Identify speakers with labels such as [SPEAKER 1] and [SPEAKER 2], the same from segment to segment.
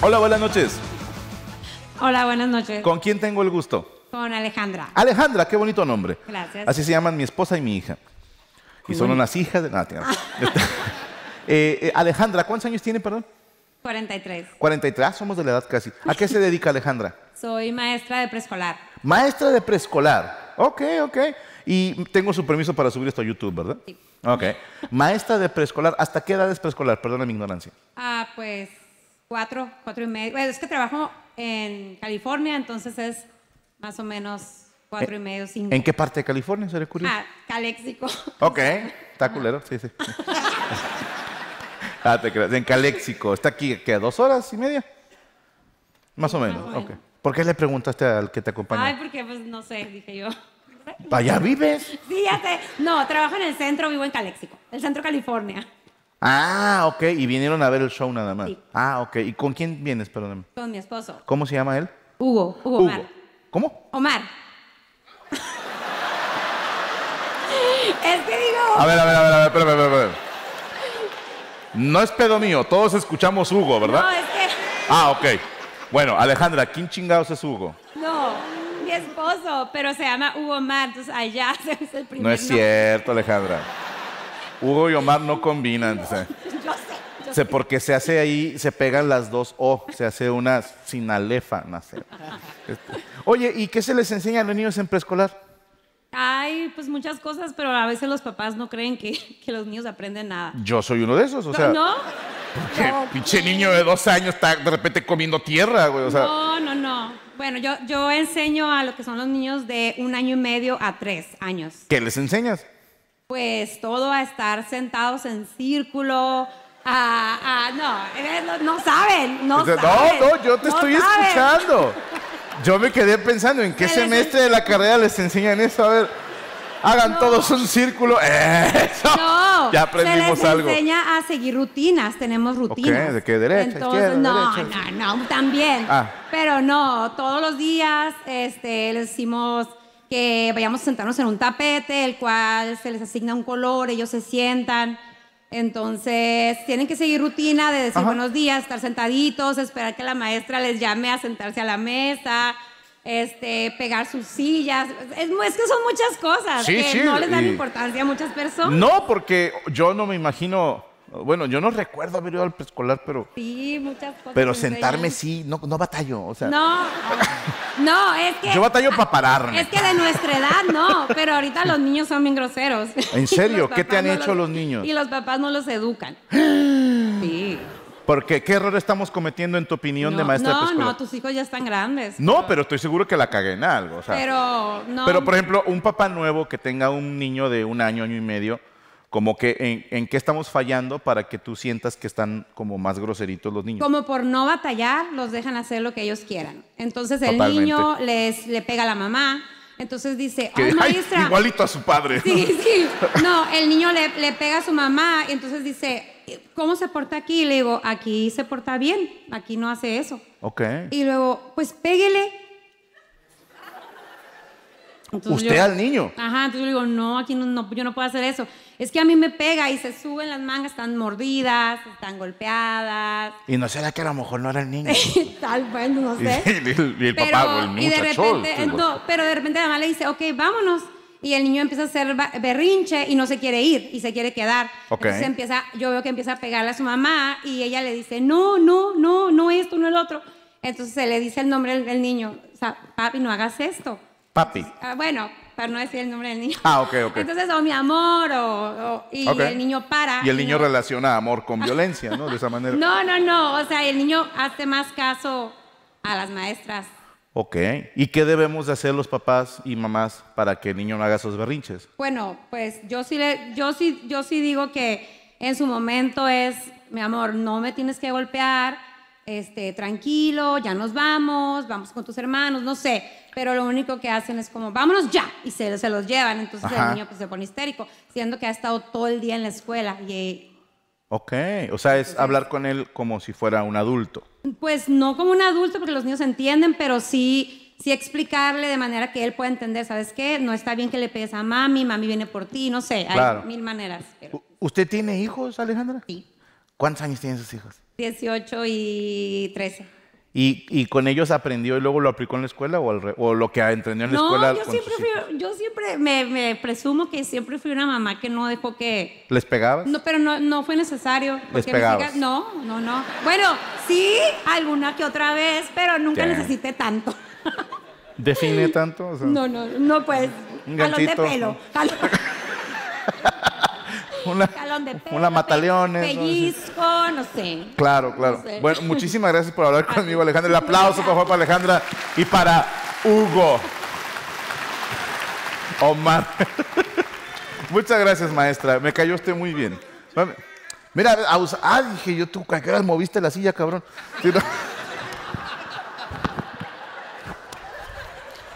[SPEAKER 1] Hola, buenas noches.
[SPEAKER 2] Hola, buenas noches.
[SPEAKER 1] ¿Con quién tengo el gusto?
[SPEAKER 2] Con Alejandra.
[SPEAKER 1] Alejandra, qué bonito nombre.
[SPEAKER 2] Gracias.
[SPEAKER 1] Así se llaman mi esposa y mi hija. Y son unas hijas de... nada, tía.
[SPEAKER 2] Ah.
[SPEAKER 1] Eh, eh, Alejandra, ¿cuántos años tiene, perdón?
[SPEAKER 2] 43.
[SPEAKER 1] 43, ah, somos de la edad casi. ¿A qué se dedica Alejandra?
[SPEAKER 2] Soy maestra de preescolar.
[SPEAKER 1] Maestra de preescolar. Ok, ok. Y tengo su permiso para subir esto a YouTube, ¿verdad?
[SPEAKER 2] Sí.
[SPEAKER 1] Ok. Maestra de preescolar. ¿Hasta qué edad es preescolar? Perdona mi ignorancia.
[SPEAKER 2] Ah, pues cuatro, cuatro y medio. Bueno, es que trabajo en California, entonces es más o menos cuatro y medio, cinco.
[SPEAKER 1] Eh, ¿En qué Pues parte de California? Seré curioso.
[SPEAKER 2] Ah, Caléxico.
[SPEAKER 1] Ok, está culero, sí, sí. ah, te creas. En Caléxico, está aquí, ¿qué? ¿Dos horas y media? Más o menos,
[SPEAKER 2] más o
[SPEAKER 1] ok.
[SPEAKER 2] menos.
[SPEAKER 1] ¿Por qué le preguntaste al que te
[SPEAKER 2] Ay,
[SPEAKER 1] acompaña?
[SPEAKER 2] porque pues no sé, dije yo.
[SPEAKER 1] ¿Allá vives?
[SPEAKER 2] Sí, ya sé. No, trabajo en el centro, vivo en Caléxico, el centro California,
[SPEAKER 1] Ah, ok, y vinieron a ver el show nada más.
[SPEAKER 2] Sí.
[SPEAKER 1] Ah, ok, ¿y con quién vienes, perdóname?
[SPEAKER 2] con mi esposo.
[SPEAKER 1] ¿Cómo se llama él?
[SPEAKER 2] Hugo, Hugo Omar.
[SPEAKER 1] ¿Cómo?
[SPEAKER 2] Omar. es que digo,
[SPEAKER 1] A ver, a ver, a ver, a ver, espérame, espérame, espérame. No es pedo mío, todos escuchamos Hugo, ¿verdad?
[SPEAKER 2] no, es que
[SPEAKER 1] Ah, ok. Bueno, Alejandra, ¿quién chingados es Hugo?
[SPEAKER 2] no, mi esposo, pero se llama Hugo Omar, entonces allá es el primer
[SPEAKER 1] No es
[SPEAKER 2] nombre.
[SPEAKER 1] cierto, Alejandra. Hugo y Omar no combinan. o sea,
[SPEAKER 2] Yo sé, yo
[SPEAKER 1] se- porque se hace ahí, se pegan las dos O, se hace una sinalefa. no sé. Este, Oye, ¿y qué se les enseña a los niños en preescolar?
[SPEAKER 2] Hay pues muchas cosas, pero a veces los papás no creen que, que los niños aprenden nada.
[SPEAKER 1] Yo soy uno de esos, o sea,
[SPEAKER 2] no,
[SPEAKER 1] que
[SPEAKER 2] no,
[SPEAKER 1] pinche niño de dos años está de repente comiendo tierra, güey. O sea,
[SPEAKER 2] no, no, no. Bueno, yo, yo enseño a lo que son los niños de un año y medio a tres años.
[SPEAKER 1] ¿qué les enseñas?
[SPEAKER 2] Pues todo a estar sentados en círculo. a- a- no, eh, no, no saben, no
[SPEAKER 1] Dice,
[SPEAKER 2] saben.
[SPEAKER 1] no, yo te
[SPEAKER 2] no
[SPEAKER 1] estoy
[SPEAKER 2] saben".
[SPEAKER 1] escuchando. Yo me quedé pensando en qué
[SPEAKER 2] Se les
[SPEAKER 1] semestre de la carrera les enseñan eso. A ver, hagan todos un círculo. Eh. Eso.
[SPEAKER 2] No,
[SPEAKER 1] ya aprendimos
[SPEAKER 2] se les
[SPEAKER 1] algo.
[SPEAKER 2] enseña a seguir rutinas, tenemos rutinas.
[SPEAKER 1] ¿de qué? ¿Derecha, izquierda,
[SPEAKER 2] no,
[SPEAKER 1] derecha?
[SPEAKER 2] no, no, también.
[SPEAKER 1] Ah.
[SPEAKER 2] Pero no, todos los días este, les decimos que vayamos a sentarnos en un tapete, el cual se les asigna un color, ellos se sientan. Entonces, tienen que seguir rutina de decir
[SPEAKER 1] Ajá.
[SPEAKER 2] buenos días, estar sentaditos, esperar que la maestra les llame a sentarse a la mesa, este, pegar sus sillas. Es, es que son muchas cosas
[SPEAKER 1] Sí,
[SPEAKER 2] que
[SPEAKER 1] sí,
[SPEAKER 2] no les dan
[SPEAKER 1] y-
[SPEAKER 2] importancia a muchas personas.
[SPEAKER 1] No, porque yo no me imagino. Bueno, yo no recuerdo haber ido al preescolar, pero,
[SPEAKER 2] Sí, muchas cosas.
[SPEAKER 1] pero
[SPEAKER 2] nos
[SPEAKER 1] sentarme
[SPEAKER 2] enseñan.
[SPEAKER 1] sí, no, no batallo. O sea,
[SPEAKER 2] No, no, es que.
[SPEAKER 1] Yo batallo pa' pararme.
[SPEAKER 2] Es que de nuestra edad no, pero ahorita los niños son bien groseros.
[SPEAKER 1] ¿En
[SPEAKER 2] Y
[SPEAKER 1] serio?
[SPEAKER 2] los
[SPEAKER 1] ¿Qué te han
[SPEAKER 2] papás
[SPEAKER 1] hecho los niños?
[SPEAKER 2] Y los papás no los educan. Sí.
[SPEAKER 1] porque qué error estamos cometiendo en tu opinión de
[SPEAKER 2] No,
[SPEAKER 1] maestra de
[SPEAKER 2] no,
[SPEAKER 1] preescolar?
[SPEAKER 2] no, tus hijos ya están grandes.
[SPEAKER 1] No, pero estoy seguro que la cagué en algo. O sea,
[SPEAKER 2] Pero no.
[SPEAKER 1] Pero, por ejemplo, un papá nuevo que tenga un niño de un año, año y medio, como que en, en qué estamos fallando para que tú sientas que están como más groseritos los niños.
[SPEAKER 2] Como por no batallar, los dejan hacer lo que ellos quieran. Entonces el
[SPEAKER 1] Totalmente.
[SPEAKER 2] niño les, le pega a la mamá, Entonces dice,
[SPEAKER 1] Que,
[SPEAKER 2] ay,
[SPEAKER 1] ay,
[SPEAKER 2] maestra.
[SPEAKER 1] igualito a su padre.
[SPEAKER 2] Sí, sí. No, el niño le, le pega a su mamá y entonces dice, ¿cómo se porta aquí? Y le digo, aquí se porta bien, aquí no hace eso.
[SPEAKER 1] Ok.
[SPEAKER 2] Y luego, pues péguele. Entonces
[SPEAKER 1] Usted
[SPEAKER 2] yo-
[SPEAKER 1] al niño.
[SPEAKER 2] Ajá, entonces yo digo, no, aquí no, no, yo no puedo hacer eso. Es que a mí me pega y se suben las mangas, están mordidas, están golpeadas.
[SPEAKER 1] Y no será que a lo mejor no era el niño.
[SPEAKER 2] Tal, bueno, no
[SPEAKER 1] Y,
[SPEAKER 2] sé.
[SPEAKER 1] el- y el
[SPEAKER 2] Pero-
[SPEAKER 1] papá, o el
[SPEAKER 2] y de
[SPEAKER 1] muchacho,
[SPEAKER 2] repente,
[SPEAKER 1] este,
[SPEAKER 2] no, pero de repente la mamá le dice, ok, vámonos. Y el niño empieza a hacer ba- berrinche y no se quiere ir y se quiere quedar.
[SPEAKER 1] Ok.
[SPEAKER 2] Entonces empieza, yo veo que empieza a pegarle a su mamá y ella le dice, no, no, no, no esto, no el otro. Entonces se le dice el nombre del, del niño, o sea, papi, no hagas esto.
[SPEAKER 1] Papi.
[SPEAKER 2] Ah, bueno, para no decir el nombre del niño.
[SPEAKER 1] Ah, ok, ok.
[SPEAKER 2] Entonces, o mi amor, o, o- y
[SPEAKER 1] Ok.
[SPEAKER 2] el niño para.
[SPEAKER 1] Y el niño
[SPEAKER 2] no- Ah.
[SPEAKER 1] relaciona amor con violencia, ¿no? De esa manera.
[SPEAKER 2] No, no, no, o sea, el niño hace más caso a las maestras.
[SPEAKER 1] Ok. ¿Y qué debemos de hacer los papás y mamás para que el niño no haga esos berrinches?
[SPEAKER 2] Bueno, pues yo sí, le, yo sí, yo sí digo que en su momento es, mi amor, no me tienes que golpear, este, tranquilo, ya nos vamos, vamos con tus hermanos, no sé, pero lo único que hacen es como, vámonos ya, y se, se los llevan, entonces
[SPEAKER 1] Ajá.
[SPEAKER 2] el niño pues, se pone histérico, siendo que ha estado todo el día en la escuela y
[SPEAKER 1] Ok. O sea, es hablar con él como si fuera un adulto.
[SPEAKER 2] eh, pues no como un adulto, porque los niños entienden, pero sí, sí explicarle de manera que él pueda entender, ¿sabes qué? No está bien que le pegues a mami, mami viene por ti, no sé, hay
[SPEAKER 1] Claro.
[SPEAKER 2] mil maneras. pero-
[SPEAKER 1] U- ¿Usted tiene hijos, Alejandra?
[SPEAKER 2] Sí.
[SPEAKER 1] ¿Cuántos años tienen sus hijos?
[SPEAKER 2] 18 y 13.
[SPEAKER 1] ¿Y, y con ellos aprendió y luego lo aplicó en la escuela o, al re- o lo que aprendió en la
[SPEAKER 2] No,
[SPEAKER 1] escuela?
[SPEAKER 2] yo
[SPEAKER 1] con
[SPEAKER 2] siempre,
[SPEAKER 1] sus hijos?
[SPEAKER 2] fui, yo siempre me, me presumo que siempre fui una mamá que no dejó que...
[SPEAKER 1] ¿Les pegabas?
[SPEAKER 2] No, pero no, no fue necesario. porque mis
[SPEAKER 1] pegabas.
[SPEAKER 2] hijas- no, no, no. Bueno, sí, alguna que otra vez, pero nunca
[SPEAKER 1] Ya.
[SPEAKER 2] necesité tanto.
[SPEAKER 1] ¿Define tanto? O sea,
[SPEAKER 2] No, no, no, pues.
[SPEAKER 1] Un
[SPEAKER 2] Jalón de
[SPEAKER 1] ganchito.
[SPEAKER 2] pelo. Jalón,
[SPEAKER 1] una, ¿eh?
[SPEAKER 2] jalón de pelo.
[SPEAKER 1] una mataleones. ¿no?
[SPEAKER 2] Pellizco, no sé.
[SPEAKER 1] Claro, claro.
[SPEAKER 2] No sé.
[SPEAKER 1] Bueno, muchísimas gracias por hablar conmigo, Alejandra. El aplauso, por favor, para Alejandra y para Hugo. Omar. Muchas gracias, maestra. Me cayó usted muy bien. Mami, Mira, a us- ah, dije yo, tú, ¿a qué horas moviste la silla, cabrón? Sí, no.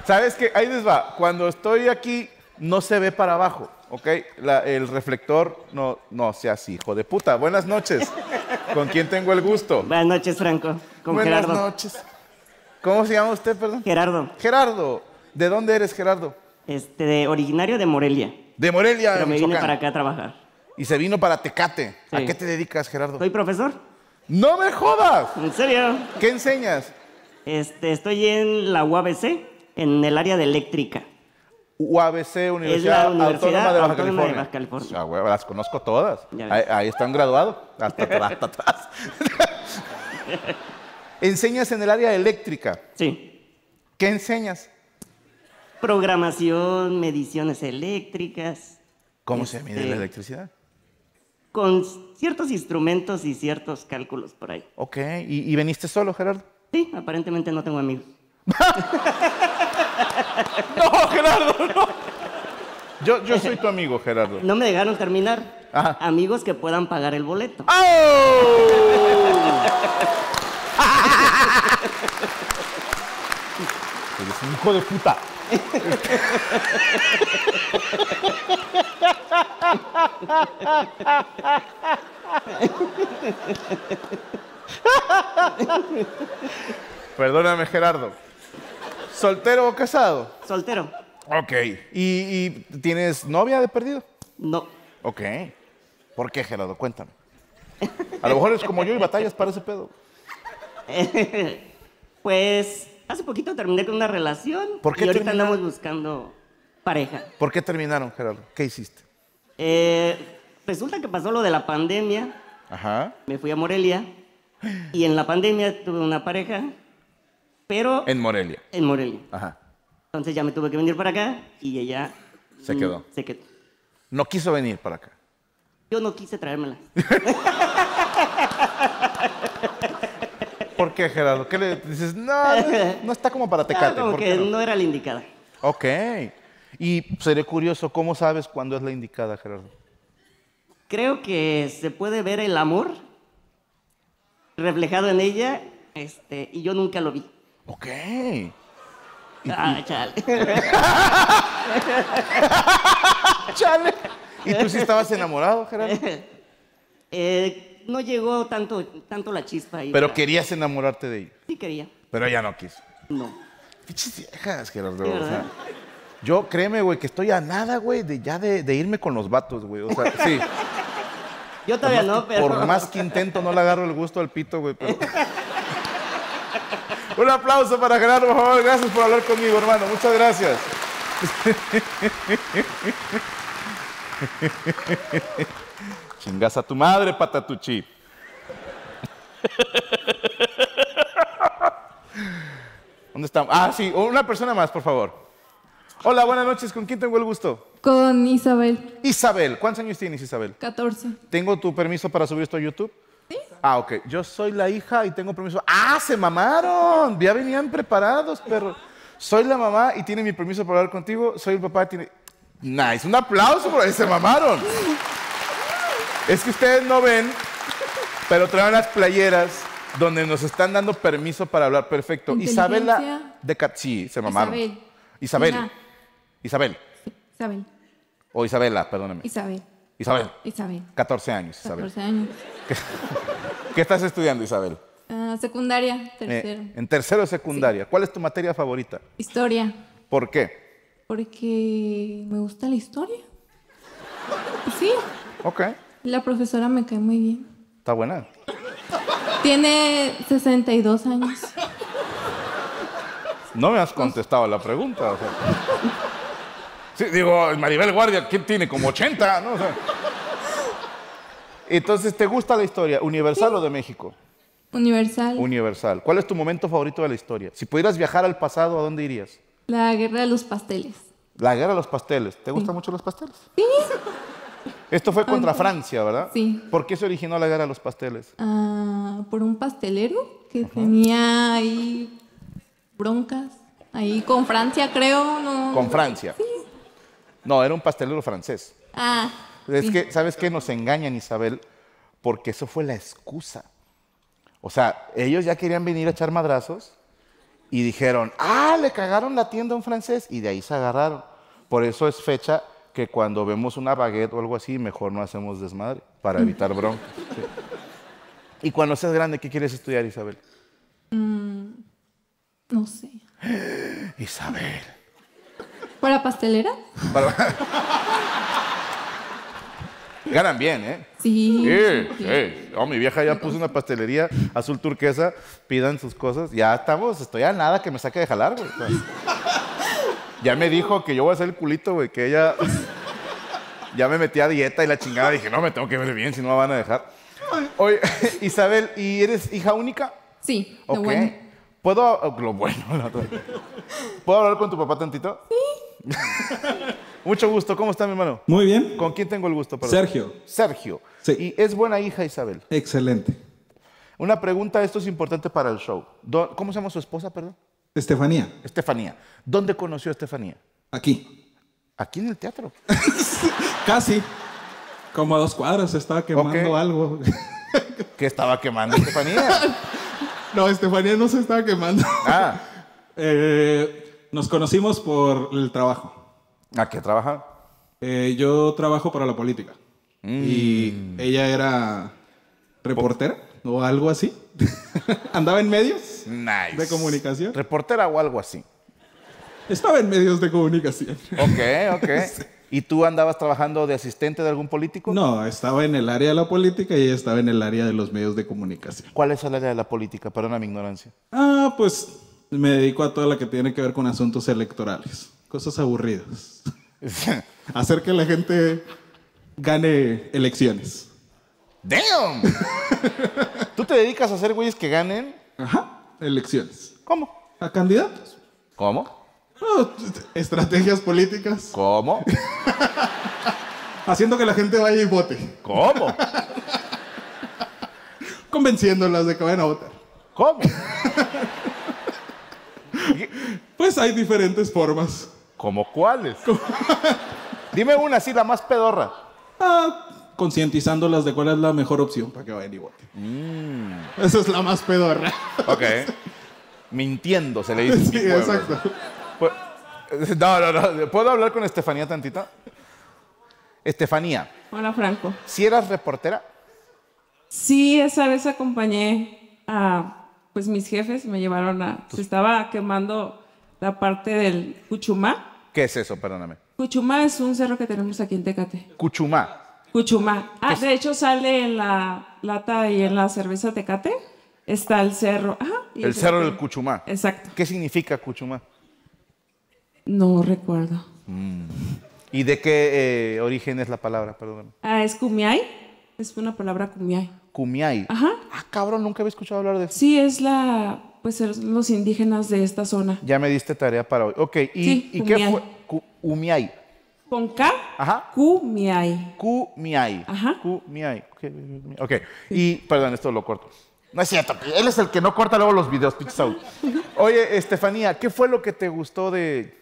[SPEAKER 1] ¿Sabes qué? Ahí les va. Cuando estoy aquí, no se ve para abajo, ¿ok? La- el reflector, no, no seas hijo de puta. Buenas noches. ¿Con quién tengo el gusto?
[SPEAKER 3] Buenas noches, Franco. Con
[SPEAKER 1] Buenas
[SPEAKER 3] Gerardo.
[SPEAKER 1] noches. ¿Cómo se llama usted, perdón?
[SPEAKER 3] Gerardo,
[SPEAKER 1] Gerardo. ¿De dónde eres, Gerardo?
[SPEAKER 3] este, de- originario de Morelia,
[SPEAKER 1] De Morelia,
[SPEAKER 3] pero me vine
[SPEAKER 1] Michoacán.
[SPEAKER 3] para acá a trabajar.
[SPEAKER 1] Y se vino para Tecate. ¿A
[SPEAKER 3] Sí.
[SPEAKER 1] qué te dedicas, Gerardo?
[SPEAKER 3] Soy profesor,
[SPEAKER 1] ¡No me jodas!
[SPEAKER 3] en serio.
[SPEAKER 1] ¿Qué enseñas?
[SPEAKER 3] Este, estoy en la UABC, en el área de eléctrica.
[SPEAKER 1] UABC, Universidad,
[SPEAKER 3] Universidad
[SPEAKER 1] Autónoma de Baja
[SPEAKER 3] Autónoma de
[SPEAKER 1] California.
[SPEAKER 3] Baja California.
[SPEAKER 1] Ah, huevo, las conozco todas.
[SPEAKER 3] Ya
[SPEAKER 1] Ahí,
[SPEAKER 3] ves.
[SPEAKER 1] ahí están graduados. Hasta atrás, hasta atrás. enseñas en el área eléctrica.
[SPEAKER 3] Sí.
[SPEAKER 1] ¿Qué enseñas?
[SPEAKER 3] Programación, mediciones eléctricas,
[SPEAKER 1] ¿Cómo se mide
[SPEAKER 3] Este-
[SPEAKER 1] la electricidad?
[SPEAKER 3] con ciertos instrumentos y ciertos cálculos por ahí.
[SPEAKER 1] Ok. ¿Y, y veniste solo, Gerardo?
[SPEAKER 3] Sí, aparentemente no tengo amigos.
[SPEAKER 1] No, Gerardo, no. Yo, yo soy tu amigo, Gerardo. Ah.
[SPEAKER 3] No me dejaron terminar.
[SPEAKER 1] Ajá.
[SPEAKER 3] Amigos que puedan pagar el boleto.
[SPEAKER 1] ¡Au! Eres un hijo de puta. Perdóname, Gerardo. ¿Soltero o casado?
[SPEAKER 3] Soltero.
[SPEAKER 1] Ok. ¿Y, y tienes novia de perdido?
[SPEAKER 3] No.
[SPEAKER 1] Ok. ¿Por qué, Gerardo? Cuéntame. A lo mejor es como yo y batallas para ese pedo.
[SPEAKER 3] Pues hace poquito terminé con una relación
[SPEAKER 1] ¿Por qué
[SPEAKER 3] y ahorita
[SPEAKER 1] terminaron?
[SPEAKER 3] andamos buscando pareja.
[SPEAKER 1] ¿Por qué terminaron, Gerardo? ¿Qué hiciste?
[SPEAKER 3] Eh, resulta que pasó lo de la pandemia,
[SPEAKER 1] Ajá.
[SPEAKER 3] me fui a Morelia y en la pandemia tuve una pareja, pero en,
[SPEAKER 1] En Morelia.
[SPEAKER 3] Morelia.
[SPEAKER 1] Ajá.
[SPEAKER 3] Entonces ya me tuve que venir para acá y ella
[SPEAKER 1] Se
[SPEAKER 3] mm,
[SPEAKER 1] quedó.
[SPEAKER 3] se quedó.
[SPEAKER 1] No quiso venir para acá.
[SPEAKER 3] Yo no quise traérmela.
[SPEAKER 1] ¿Por qué, Gerardo? ¿Qué le dices? No, no, no está como para tecate.
[SPEAKER 3] Ah, como
[SPEAKER 1] ¿Por
[SPEAKER 3] que
[SPEAKER 1] qué
[SPEAKER 3] no?
[SPEAKER 1] no?
[SPEAKER 3] era la indicada.
[SPEAKER 1] Ok. Y seré curioso, ¿cómo sabes cuándo es la indicada, Gerardo?
[SPEAKER 3] Creo que se puede ver el amor reflejado en ella este, y yo nunca lo vi.
[SPEAKER 1] Ok.
[SPEAKER 3] Ah, chale.
[SPEAKER 1] ¡Chale! ¿Y tú sí estabas enamorado, Gerardo?
[SPEAKER 3] Eh, no llegó tanto, tanto la chispa ahí.
[SPEAKER 1] Pero
[SPEAKER 3] ¿verdad?
[SPEAKER 1] querías enamorarte de ella.
[SPEAKER 3] Sí quería.
[SPEAKER 1] Pero ella no quiso.
[SPEAKER 3] No.
[SPEAKER 1] Pinches viejas, Gerardo.
[SPEAKER 3] Sí,
[SPEAKER 1] o sea,
[SPEAKER 3] ¿verdad?
[SPEAKER 1] yo, créeme, güey, que estoy a nada, güey, de ya de, de irme con los vatos, güey. O sea, sí.
[SPEAKER 3] Yo todavía
[SPEAKER 1] por más
[SPEAKER 3] no,
[SPEAKER 1] que-
[SPEAKER 3] pero.
[SPEAKER 1] Por más que intento, no le agarro el gusto al pito, güey. pero- Un aplauso para Gerardo, por favor. Gracias por hablar conmigo, hermano. Muchas gracias. Chingas a tu madre, patatuchi. ¿Dónde estamos? Ah, sí, una persona más, por favor. Hola, buenas noches. ¿Con quién tengo el gusto?
[SPEAKER 4] Con Isabel,
[SPEAKER 1] Isabel. ¿Cuántos años tienes, Isabel?
[SPEAKER 4] 14.
[SPEAKER 1] ¿Tengo tu permiso para subir esto a YouTube? Sí. Ah, ok. Yo soy la hija y tengo permiso. ¡Ah, se mamaron! Ya venían preparados, perro. Soy la mamá y tiene mi permiso para hablar contigo. Soy el papá y tiene... Nice. Un aplauso por ahí. Se mamaron. Es que ustedes no ven, pero traen las playeras donde nos están dando permiso para hablar. Perfecto. Isabela
[SPEAKER 4] Inteligencia.
[SPEAKER 1] de Cat... Sí, se mamaron.
[SPEAKER 4] Isabel.
[SPEAKER 1] Isabel.
[SPEAKER 4] Mira.
[SPEAKER 1] Isabel.
[SPEAKER 4] Isabel,
[SPEAKER 1] O Isabela, perdóname.
[SPEAKER 4] Isabel,
[SPEAKER 1] Isabel.
[SPEAKER 4] Isabel.
[SPEAKER 1] 14 años, Isabel.
[SPEAKER 4] 14 años.
[SPEAKER 1] ¿Qué estás estudiando, Isabel?
[SPEAKER 4] Ah, secundaria,
[SPEAKER 1] Eh,
[SPEAKER 4] tercero.
[SPEAKER 1] en tercero de secundaria. ¿Cuál es tu materia favorita?
[SPEAKER 4] Historia,
[SPEAKER 1] ¿Por qué?
[SPEAKER 4] porque me gusta la historia. Pues Sí,
[SPEAKER 1] Ok,
[SPEAKER 4] la profesora me cae muy bien.
[SPEAKER 1] está buena.
[SPEAKER 4] Tiene 62 años.
[SPEAKER 1] No me has contestado la pregunta. o sea. Sí, digo, Maribel Guardia, ¿quién tiene? Como 80, ¿no? O sea. Entonces, ¿te gusta la historia? ¿Universal o de México?
[SPEAKER 4] Universal.
[SPEAKER 1] Universal. ¿Cuál es tu momento favorito de la historia? Si pudieras viajar al pasado, ¿a dónde irías?
[SPEAKER 4] la guerra de los pasteles.
[SPEAKER 1] La guerra de los pasteles. ¿Te gustan mucho los pasteles? Sí. Esto fue contra Francia, ¿verdad?
[SPEAKER 4] Sí.
[SPEAKER 1] ¿Por qué se originó la guerra de los pasteles?
[SPEAKER 4] Ah, por un pastelero que tenía ahí broncas. Ahí con Francia, creo. No.
[SPEAKER 1] Con Francia. No, era un pastelero francés.
[SPEAKER 4] Ah,
[SPEAKER 1] Es que, ¿sabes qué? Nos engañan, Isabel, porque eso fue la excusa. O sea, ellos ya querían venir a echar madrazos y dijeron, ah, le cagaron la tienda a un francés y de ahí se agarraron. Por eso es fecha que cuando vemos una baguette o algo así, mejor no hacemos desmadre para evitar bronca. Sí. Y cuando seas grande, ¿qué quieres estudiar, Isabel?
[SPEAKER 4] Mm, no sé.
[SPEAKER 1] Isabel.
[SPEAKER 4] ¿Para pastelera?
[SPEAKER 1] Para- Ganan bien, ¿eh?
[SPEAKER 4] Sí.
[SPEAKER 1] Sí, sí. Oh, mi vieja ya puso una pastelería azul turquesa, pidan sus cosas. Ya estamos, estoy a nada que me saque de jalar, güey. O sea, ya me dijo que yo voy a hacer el culito, güey, que ella ya me metí a dieta y la chingada. Dije, no, me tengo que ver bien, si no me van a dejar. Oye, Isabel, ¿y eres hija única?
[SPEAKER 4] Sí, lo
[SPEAKER 1] Ok.
[SPEAKER 4] bueno.
[SPEAKER 1] ¿Puedo, oh, lo bueno, la otra. ¿Puedo hablar con tu papá tantito? Sí. Mucho gusto, ¿cómo está mi hermano?
[SPEAKER 5] Muy bien.
[SPEAKER 1] ¿Con quién tengo el gusto? perdón?
[SPEAKER 5] Sergio.
[SPEAKER 1] Sergio.
[SPEAKER 5] Sí.
[SPEAKER 1] Y es buena hija Isabel.
[SPEAKER 5] Excelente.
[SPEAKER 1] Una pregunta, esto es importante para el show. Do- ¿Cómo se llama su esposa, perdón?
[SPEAKER 5] Estefanía,
[SPEAKER 1] Estefanía. ¿Dónde conoció a Estefanía?
[SPEAKER 5] aquí.
[SPEAKER 1] Aquí en el teatro.
[SPEAKER 5] Casi. Como a dos cuadras estaba quemando
[SPEAKER 1] Ok.
[SPEAKER 5] algo.
[SPEAKER 1] ¿Qué estaba quemando Estefanía?
[SPEAKER 5] no, Estefanía no se estaba quemando.
[SPEAKER 1] ah,
[SPEAKER 5] Eh, nos conocimos por el trabajo.
[SPEAKER 1] ¿a qué trabaja?
[SPEAKER 5] Eh, yo trabajo para la política.
[SPEAKER 1] Mm.
[SPEAKER 5] Y ella era reportera o algo así. Andaba en medios.
[SPEAKER 1] Nice.
[SPEAKER 5] ¿De comunicación?
[SPEAKER 1] Reportera o algo así.
[SPEAKER 5] Estaba en medios de comunicación.
[SPEAKER 1] Ok, ok. ¿Y tú andabas trabajando de asistente de algún político?
[SPEAKER 5] No, estaba en el área de la política y ella estaba en el área de los medios de comunicación.
[SPEAKER 1] ¿Cuál es el área de la política? Perdona mi ignorancia.
[SPEAKER 5] Ah, pues me dedico a todo lo que tiene que ver con asuntos electorales. Cosas aburridas. Hacer que la gente gane elecciones.
[SPEAKER 1] ¡Damn! ¿Tú te dedicas a hacer güeyes que ganen?
[SPEAKER 5] Ajá, elecciones.
[SPEAKER 1] ¿Cómo?
[SPEAKER 5] A candidatos.
[SPEAKER 1] ¿Cómo?
[SPEAKER 5] Ah, estrategias políticas.
[SPEAKER 1] ¿Cómo?
[SPEAKER 5] Haciendo que la gente vaya y vote.
[SPEAKER 1] ¿Cómo?
[SPEAKER 5] Convenciéndolas de que vayan a votar.
[SPEAKER 1] ¿Cómo?
[SPEAKER 5] Pues hay diferentes formas.
[SPEAKER 1] ¿Cómo cuáles? Dime una así, la más pedorra.
[SPEAKER 5] Ah, concientizándolas de cuál es la mejor opción para que vayan y voten.
[SPEAKER 1] Mm.
[SPEAKER 5] Esa es la más pedorra.
[SPEAKER 1] Ok. Mintiendo, se le dice. en mi
[SPEAKER 5] sí,
[SPEAKER 1] pueblo.
[SPEAKER 5] exacto.
[SPEAKER 1] Pu- No, no, no. ¿Puedo hablar con Estefanía tantito? Estefanía,
[SPEAKER 6] Hola, Franco.
[SPEAKER 1] si eras reportera,
[SPEAKER 6] Sí, esa vez acompañé a, pues mis jefes me llevaron a, se estaba quemando la parte del Cuchumá.
[SPEAKER 1] ¿qué es eso? Perdóname.
[SPEAKER 6] Cuchumá es un cerro que tenemos aquí en Tecate.
[SPEAKER 1] Cuchumá.
[SPEAKER 6] Cuchumá.
[SPEAKER 1] Pues
[SPEAKER 6] Ah, de hecho sale en la lata y en la cerveza Tecate está el cerro. Ajá, y
[SPEAKER 1] El
[SPEAKER 6] ese-
[SPEAKER 1] cerro del Cuchumá.
[SPEAKER 6] Exacto.
[SPEAKER 1] ¿Qué significa Cuchumá?
[SPEAKER 6] No recuerdo.
[SPEAKER 1] ¿Y de qué eh, origen es la palabra? Perdóname.
[SPEAKER 6] Ah, es Cumiay. Es una palabra Cumiay.
[SPEAKER 1] Cumiay.
[SPEAKER 6] Ajá.
[SPEAKER 1] Ah, cabrón, nunca había escuchado hablar de eso.
[SPEAKER 6] Sí, es la, pues es los indígenas de esta zona.
[SPEAKER 1] Ya me diste tarea para hoy. Ok, ¿y,
[SPEAKER 6] Sí,
[SPEAKER 1] ¿y qué
[SPEAKER 6] Cumiay.
[SPEAKER 1] fue? Cu- Umiay.
[SPEAKER 6] Con K,
[SPEAKER 1] Ajá.
[SPEAKER 6] Cumiay.
[SPEAKER 1] Cumiay.
[SPEAKER 6] Ajá.
[SPEAKER 1] Cumiay. Ok, Ok, y perdón, esto lo corto. No es cierto, él es el que no corta luego los videos, pinche Saúl. Oye, Estefanía, ¿qué fue lo que te gustó de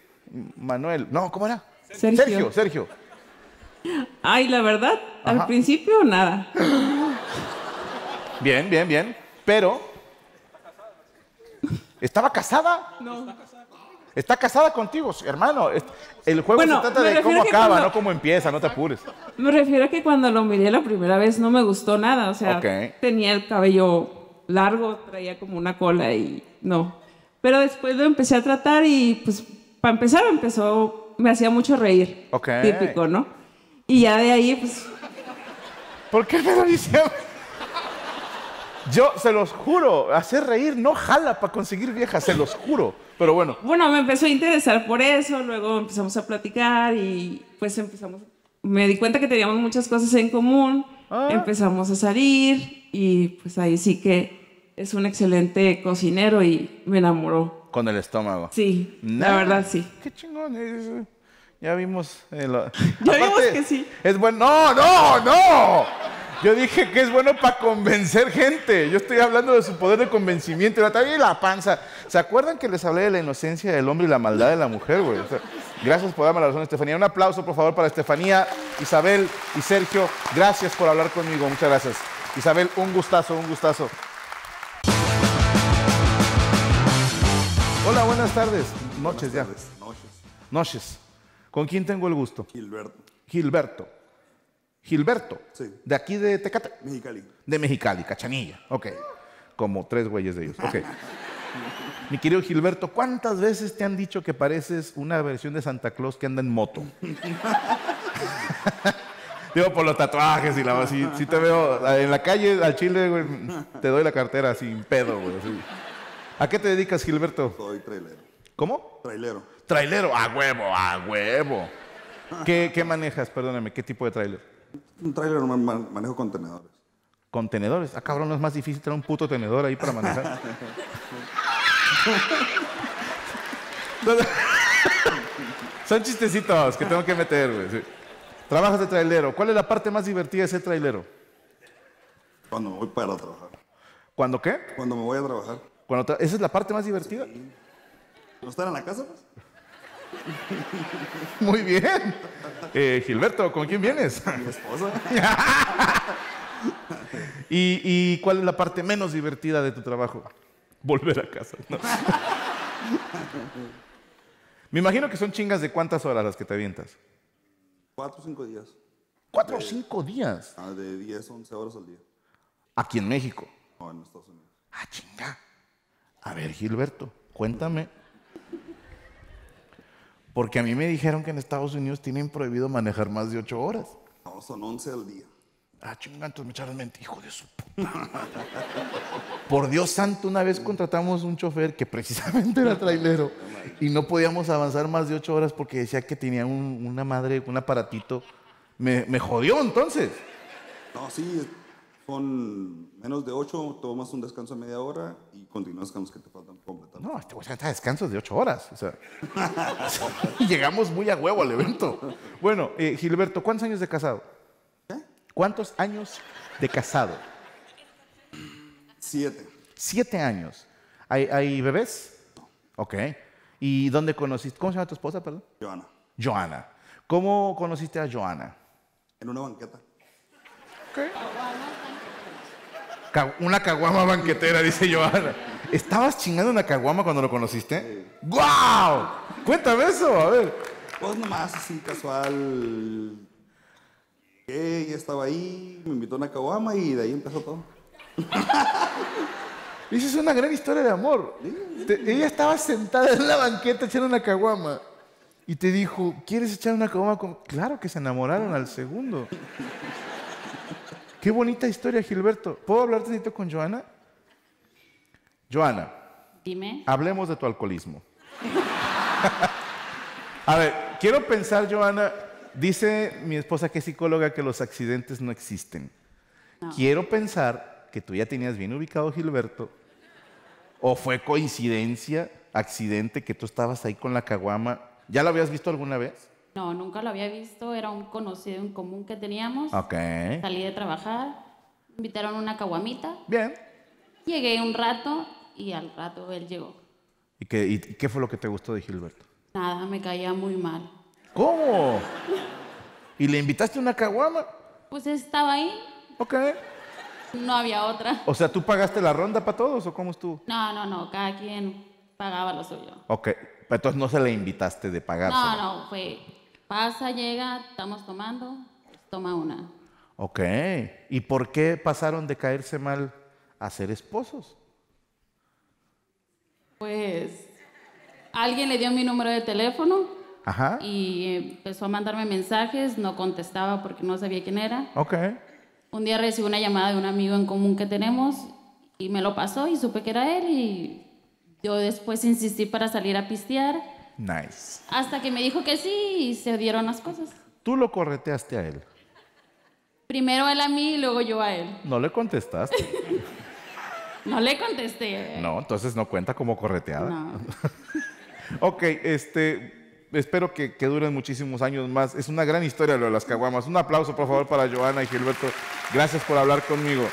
[SPEAKER 1] Manuel? No, ¿cómo era?
[SPEAKER 6] Sergio.
[SPEAKER 1] Sergio, Sergio.
[SPEAKER 6] Ay, la verdad,
[SPEAKER 1] Ajá.
[SPEAKER 6] al principio nada.
[SPEAKER 1] Bien, bien, bien. Pero. ¿Estaba casada? No. Está casada contigo, hermano. Es- El juego
[SPEAKER 6] Bueno,
[SPEAKER 1] se trata
[SPEAKER 6] me
[SPEAKER 1] de cómo
[SPEAKER 6] refiero a que
[SPEAKER 1] acaba,
[SPEAKER 6] cuando-
[SPEAKER 1] no cómo empieza, no te apures.
[SPEAKER 6] Me refiero a que cuando lo miré la primera vez no me gustó nada, o sea,
[SPEAKER 1] Ok.
[SPEAKER 6] tenía el cabello largo, traía como una cola y no. Pero después lo empecé a tratar y pues para empezar empezó, me hacía mucho reír.
[SPEAKER 1] Ok.
[SPEAKER 6] Típico, ¿no? Y ya de ahí pues
[SPEAKER 1] ¿Por qué me lo dice? Yo se los juro, hacer reír no jala para conseguir viejas, se los juro. Pero bueno,
[SPEAKER 6] bueno, me empezó a interesar por eso, luego empezamos a platicar y pues empezamos, me di cuenta que teníamos muchas cosas en común, empezamos a salir y pues ahí sí que es un excelente cocinero y me enamoró.
[SPEAKER 1] con el estómago.
[SPEAKER 6] Sí,
[SPEAKER 1] Nah.
[SPEAKER 6] la verdad sí.
[SPEAKER 1] Qué chingón es. Ya vimos. el-
[SPEAKER 6] Ya vimos que sí.
[SPEAKER 1] Es bueno. ¡No, no, no! Yo dije que es bueno para convencer gente. Yo estoy hablando de su poder de convencimiento. La tabla y la panza. ¿Se acuerdan que les hablé de la inocencia del hombre y la maldad de la mujer, güey? O sea, gracias por darme la razón, Estefanía. Un aplauso, por favor, para Estefanía, Isabel y Sergio. Gracias por hablar conmigo. Muchas gracias. Isabel, un gustazo, un gustazo. Hola, buenas tardes. Noches ya. Noches. ¿Con quién tengo el gusto?
[SPEAKER 7] Gilberto,
[SPEAKER 1] Gilberto. Gilberto.
[SPEAKER 7] Sí.
[SPEAKER 1] De aquí de Tecate.
[SPEAKER 7] Mexicali.
[SPEAKER 1] De Mexicali, Cachanilla. Ok. Como tres güeyes de ellos. Ok. Mi querido Gilberto, ¿cuántas veces te han dicho que pareces una versión de Santa Claus que anda en moto? Digo, por los tatuajes y la si, si te veo en la calle, al chile, güey, te doy la cartera sin pedo, güey. así. ¿A qué te dedicas, Gilberto?
[SPEAKER 7] Soy trailero.
[SPEAKER 1] ¿Cómo?
[SPEAKER 7] Trailero.
[SPEAKER 1] Trailero, a huevo, a huevo. ¿Qué, qué manejas? Perdóname, ¿qué tipo de trailer?
[SPEAKER 7] Un trailer ma- ma- manejo contenedores.
[SPEAKER 1] Contenedores. Ah, cabrón, no es más difícil tener un puto tenedor ahí para manejar. No, no. Son chistecitos que tengo que meter, güey. sí. Trabajas de trailero. ¿Cuál es la parte más divertida de ser trailero?
[SPEAKER 7] Cuando me voy para trabajar.
[SPEAKER 1] ¿Cuándo qué?
[SPEAKER 7] Cuando me voy a trabajar.
[SPEAKER 1] Cuando tra- ¿Esa es la parte más divertida?
[SPEAKER 7] ¿No estar en la casa? Pues?
[SPEAKER 1] Muy bien. Eh, Gilberto, ¿con quién vienes?
[SPEAKER 7] Mi esposa.
[SPEAKER 1] ¿Y, y cuál es la parte menos divertida de tu trabajo? Volver a casa. ¿no? Me imagino que son chingas de cuántas horas las que te avientas.
[SPEAKER 7] Cuatro o cinco días.
[SPEAKER 1] Cuatro o cinco días.
[SPEAKER 7] Ah, de 10, 11 horas al día.
[SPEAKER 1] Aquí en México.
[SPEAKER 7] No, en Estados Unidos.
[SPEAKER 1] Ah, chinga. A ver, Gilberto, cuéntame. Porque a mí me dijeron que en Estados Unidos tienen prohibido manejar más de ocho horas.
[SPEAKER 7] No, son 11 al día.
[SPEAKER 1] Ah, chinga, entonces me echaron mente, hijo de su puta. Por Dios santo, una vez contratamos un chofer que precisamente era trailero y no podíamos avanzar más de ocho horas porque decía que tenía un- una madre, un aparatito. Me, me jodió entonces.
[SPEAKER 7] No, sí, son menos de 8, tomas un descanso de media hora y continúas con los que te faltan completar.
[SPEAKER 1] No, este güey se está a descansos de ocho horas. O sea, llegamos muy a huevo al evento. Bueno, eh, Gilberto, ¿cuántos años de casado? ¿Cuántos años de casado?
[SPEAKER 7] 7.
[SPEAKER 1] Siete años. ¿Hay, hay bebés? Ok. ¿Y dónde conociste? ¿Cómo se llama tu esposa, perdón?
[SPEAKER 7] Joana.
[SPEAKER 1] Joana. ¿Cómo conociste a Joana?
[SPEAKER 7] En una banqueta.
[SPEAKER 1] Ca- Una caguama banquetera, dice Joana. ¿Estabas chingando una caguama cuando lo conociste? ¡Guau! Cuéntame eso, a ver.
[SPEAKER 7] Pues nomás así casual. Llegué, Ella estaba ahí, me invitó a una caguama y de ahí empezó todo.
[SPEAKER 1] Esa es una gran historia de amor. Te- ella estaba sentada en la banqueta echando una caguama y te dijo, ¿quieres echar una caguama? con-?" Claro que se enamoraron al segundo. Qué bonita historia, Gilberto. ¿Puedo hablar tantito con Joana? Joana,
[SPEAKER 8] Dime.
[SPEAKER 1] hablemos de tu alcoholismo. A ver, quiero pensar, Joana, dice mi esposa que es psicóloga que los accidentes no existen.
[SPEAKER 8] No.
[SPEAKER 1] Quiero pensar que tú ya tenías bien ubicado a Gilberto. ¿O fue coincidencia, accidente, que tú estabas ahí con la caguama? ¿Ya la habías visto alguna vez?
[SPEAKER 8] No, nunca lo había visto. Era un conocido en común que teníamos.
[SPEAKER 1] Ah, Ok.
[SPEAKER 8] Salí de trabajar. me Invitaron una caguamita.
[SPEAKER 1] Bien.
[SPEAKER 8] Llegué un rato y al rato él llegó.
[SPEAKER 1] ¿Y qué, y qué fue lo que te gustó de Gilberto?
[SPEAKER 8] Nada, me caía muy mal.
[SPEAKER 1] ¿Cómo? ¿Y le invitaste una caguama?
[SPEAKER 8] Pues estaba ahí.
[SPEAKER 1] Ok.
[SPEAKER 8] No había otra.
[SPEAKER 1] O sea, ¿tú pagaste la ronda para todos o cómo estuvo?
[SPEAKER 8] No, no, no. Cada quien pagaba lo suyo.
[SPEAKER 1] Ok. Entonces no se la invitaste de pagar.
[SPEAKER 8] No, no, fue. Pasa, llega, estamos tomando, toma una.
[SPEAKER 1] Ok. ¿Y por qué pasaron de caerse mal a ser esposos?
[SPEAKER 8] Pues alguien le dio mi número de teléfono
[SPEAKER 1] Ajá.
[SPEAKER 8] y empezó a mandarme mensajes, no contestaba porque no sabía quién era.
[SPEAKER 1] Ok.
[SPEAKER 8] Un día recibí una llamada de un amigo en común que tenemos y me lo pasó y supe que era él y yo después insistí para salir a pistear
[SPEAKER 1] Nice.
[SPEAKER 8] hasta que me dijo que sí y se dieron las cosas.
[SPEAKER 1] Tú lo correteaste a él.
[SPEAKER 8] Primero él a mí y luego yo a él.
[SPEAKER 1] No le contestaste.
[SPEAKER 8] No le contesté.
[SPEAKER 1] No, entonces no cuenta como correteada.
[SPEAKER 8] No.
[SPEAKER 1] Ok, este, espero que, que duren muchísimos años más. Es una gran historia lo de las caguamas. Un aplauso, por favor, para Joana y Gilberto. Gracias por hablar conmigo.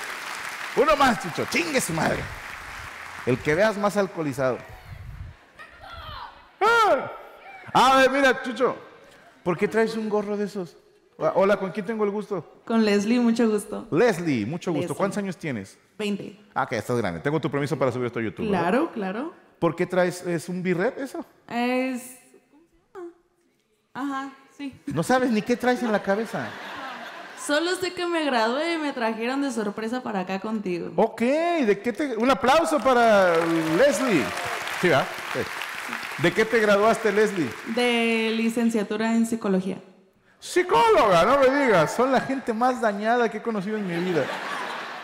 [SPEAKER 1] Uno más, Chucho. Chingue su madre. El que veas más alcoholizado. ¡Ah! A ver, mira, Chucho. ¿Por qué traes un gorro de esos? Ah, Hola, ¿con quién tengo el gusto?
[SPEAKER 9] Con Leslie, mucho gusto.
[SPEAKER 1] Leslie, mucho gusto.
[SPEAKER 9] Leslie.
[SPEAKER 1] ¿Cuántos años tienes?
[SPEAKER 9] 20.
[SPEAKER 1] Ah, que estás grande. Tengo tu permiso para subir esto a YouTube. ¿verdad?
[SPEAKER 9] Claro, claro.
[SPEAKER 1] ¿Por qué traes, es un birret eso?
[SPEAKER 9] Es. ¿Cómo se llama? Ajá, sí.
[SPEAKER 1] No sabes ni qué traes en la cabeza.
[SPEAKER 9] Solo sé que me gradué y me trajeron de sorpresa para acá contigo.
[SPEAKER 1] Ok, ¿de qué te... Un aplauso para Leslie. Sí, ¿verdad? Sí. ¿De qué te graduaste, Leslie?
[SPEAKER 9] De licenciatura en psicología.
[SPEAKER 1] Psicóloga, no me digas. Son la gente más dañada que he conocido en mi vida.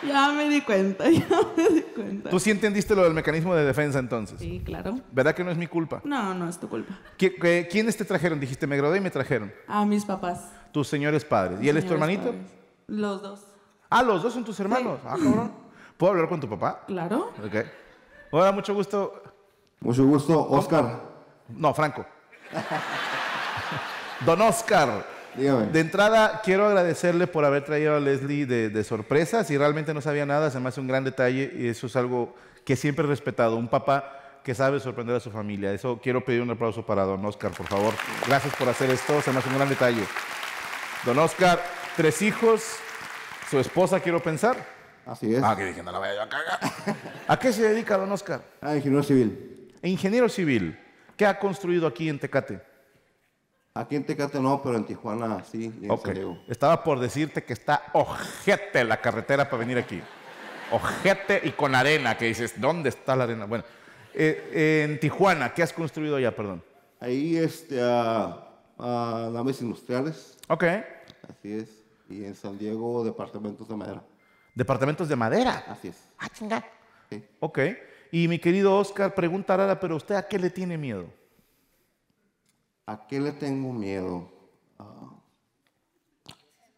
[SPEAKER 9] Ya me di cuenta, ya me di cuenta.
[SPEAKER 1] ¿Tú sí entendiste lo del mecanismo de defensa entonces?
[SPEAKER 9] Sí, claro.
[SPEAKER 1] ¿Verdad que no es mi culpa?
[SPEAKER 9] No, no es tu culpa.
[SPEAKER 1] ¿Qui- qué- ¿Quiénes te trajeron? Dijiste, me gradué y me trajeron.
[SPEAKER 9] A mis papás.
[SPEAKER 1] Tus señores padres. ¿Y él es tu
[SPEAKER 9] Señores
[SPEAKER 1] hermanito?
[SPEAKER 9] padres. Los dos.
[SPEAKER 1] Ah, los dos son tus hermanos. Ah, cabrón. ¿Puedo hablar con tu papá?
[SPEAKER 9] Claro.
[SPEAKER 1] Ok. Hola, mucho gusto.
[SPEAKER 10] Mucho gusto, Oscar.
[SPEAKER 1] No, Franco. Don Oscar.
[SPEAKER 10] Dígame.
[SPEAKER 1] De entrada, quiero agradecerle por haber traído a Leslie de, de sorpresa. Si realmente no sabía nada, se me hace un gran detalle y eso es algo que siempre he respetado. Un papá que sabe sorprender a su familia. Eso quiero pedir un aplauso para Don Oscar, por favor. Gracias por hacer esto, se me hace un gran detalle. Don Oscar, tres hijos, su esposa, quiero pensar.
[SPEAKER 10] Así es.
[SPEAKER 1] Ah, que dije, no la vaya yo a cagar. ¿A qué se dedica Don Oscar?
[SPEAKER 10] Ah, ingeniero civil.
[SPEAKER 1] Ingeniero civil. ¿Qué ha construido aquí en Tecate?
[SPEAKER 10] Aquí en Tecate no, pero en Tijuana sí. y en
[SPEAKER 1] Ok.
[SPEAKER 10] San Diego.
[SPEAKER 1] Estaba por decirte que está ojete la carretera para venir aquí. Ojete y con arena, que dices, ¿dónde está la arena? Bueno, eh, eh, en Tijuana, ¿qué has construido allá, perdón?
[SPEAKER 10] Ahí, este, ah, ah, damas industriales.
[SPEAKER 1] Ok.
[SPEAKER 10] Así es. Y en San Diego, departamentos de madera.
[SPEAKER 1] Departamentos de madera.
[SPEAKER 10] Así es.
[SPEAKER 1] Ah, chinga. Ok. Y mi querido Oscar, pregunta rara, pero ¿usted a qué le tiene miedo?
[SPEAKER 10] ¿A qué le tengo miedo? Ah,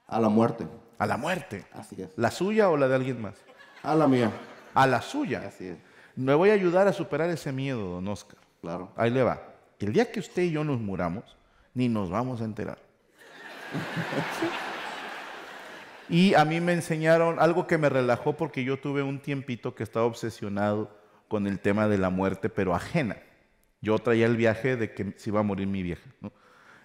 [SPEAKER 10] a la muerte.
[SPEAKER 1] A la muerte.
[SPEAKER 10] Así es.
[SPEAKER 1] ¿La suya o la de alguien más?
[SPEAKER 10] A la mía.
[SPEAKER 1] A la suya. Así
[SPEAKER 10] es.
[SPEAKER 1] Me voy a ayudar a superar ese miedo, don Oscar.
[SPEAKER 10] Claro.
[SPEAKER 1] Ahí le va. El día que usted y yo nos muramos, ni nos vamos a enterar. y a mí me enseñaron algo que me relajó porque yo tuve un tiempito que estaba obsesionado con el tema de la muerte, pero ajena. Yo traía el viaje de que se iba a morir mi vieja. ¿no?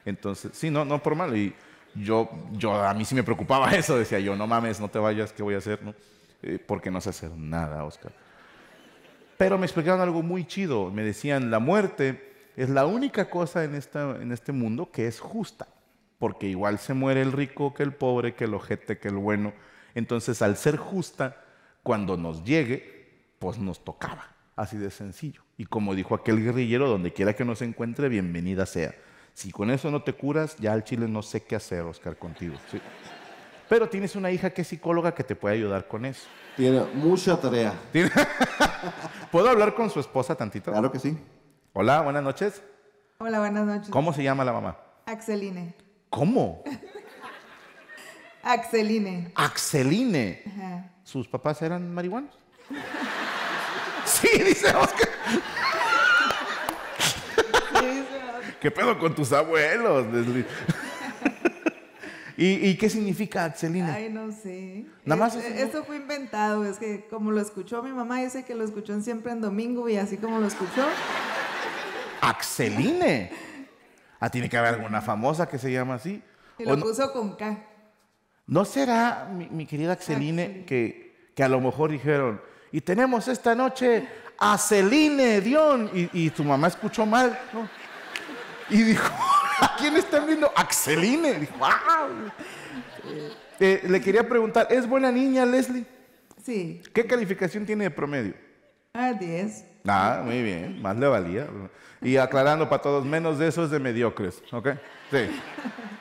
[SPEAKER 1] Entonces, sí, no, no por mal. Y yo, yo, a mí sí me preocupaba eso. Decía yo, no mames, no te vayas, ¿qué voy a hacer? ¿no? Eh, porque no sé hacer nada, Oscar. Pero me explicaron algo muy chido. Me decían, la muerte es la única cosa en, esta, en este mundo que es justa. Porque igual se muere el rico que el pobre, que el ojete, que el bueno. Entonces, al ser justa, cuando nos llegue, pues nos tocaba. Así de sencillo. Y como dijo aquel guerrillero, donde quiera que nos encuentre, bienvenida sea. Si con eso no te curas, ya al chile no sé qué hacer, Oscar, contigo. sí. Pero tienes una hija que es psicóloga que te puede ayudar con eso.
[SPEAKER 10] Tiene mucha tarea.
[SPEAKER 1] ¿Puedo hablar con su esposa tantito?
[SPEAKER 10] Claro que sí.
[SPEAKER 1] Hola, buenas noches.
[SPEAKER 11] Hola, buenas noches.
[SPEAKER 1] ¿Cómo se llama la mamá?
[SPEAKER 11] Axeline.
[SPEAKER 1] ¿Cómo?
[SPEAKER 11] Axeline.
[SPEAKER 1] Axeline.
[SPEAKER 11] Ajá.
[SPEAKER 1] ¿Sus papás eran marihuanos? sí, dice Oscar. ¿Qué pedo con tus abuelos, Leslie? ¿Y, y qué significa Axeline?
[SPEAKER 11] Ay, no sé.
[SPEAKER 1] Nada más
[SPEAKER 11] Es-
[SPEAKER 1] es-
[SPEAKER 11] Esto fue inventado, es que como lo escuchó mi mamá, dice que lo escuchó en siempre en domingo y así como lo escuchó.
[SPEAKER 1] Axeline. Ah, tiene que haber alguna famosa que se llama así.
[SPEAKER 11] Y
[SPEAKER 1] ¿O
[SPEAKER 11] lo
[SPEAKER 1] no,
[SPEAKER 11] puso con K.
[SPEAKER 1] ¿no será, mi, mi querida Axeline, Que, que a lo mejor dijeron, y tenemos esta noche a Celine Dion, y, y tu mamá escuchó mal, ¿no? Y dijo, ¿a quién están viendo? Axeline. Dijo, "Wow". Eh, le quería preguntar, ¿es buena niña Leslie?
[SPEAKER 11] Sí.
[SPEAKER 1] ¿Qué calificación tiene de promedio?
[SPEAKER 11] Ah, 10.
[SPEAKER 1] Ah, muy bien, más le valía. Y aclarando para todos, menos de eso es de mediocres, ¿ok? Sí,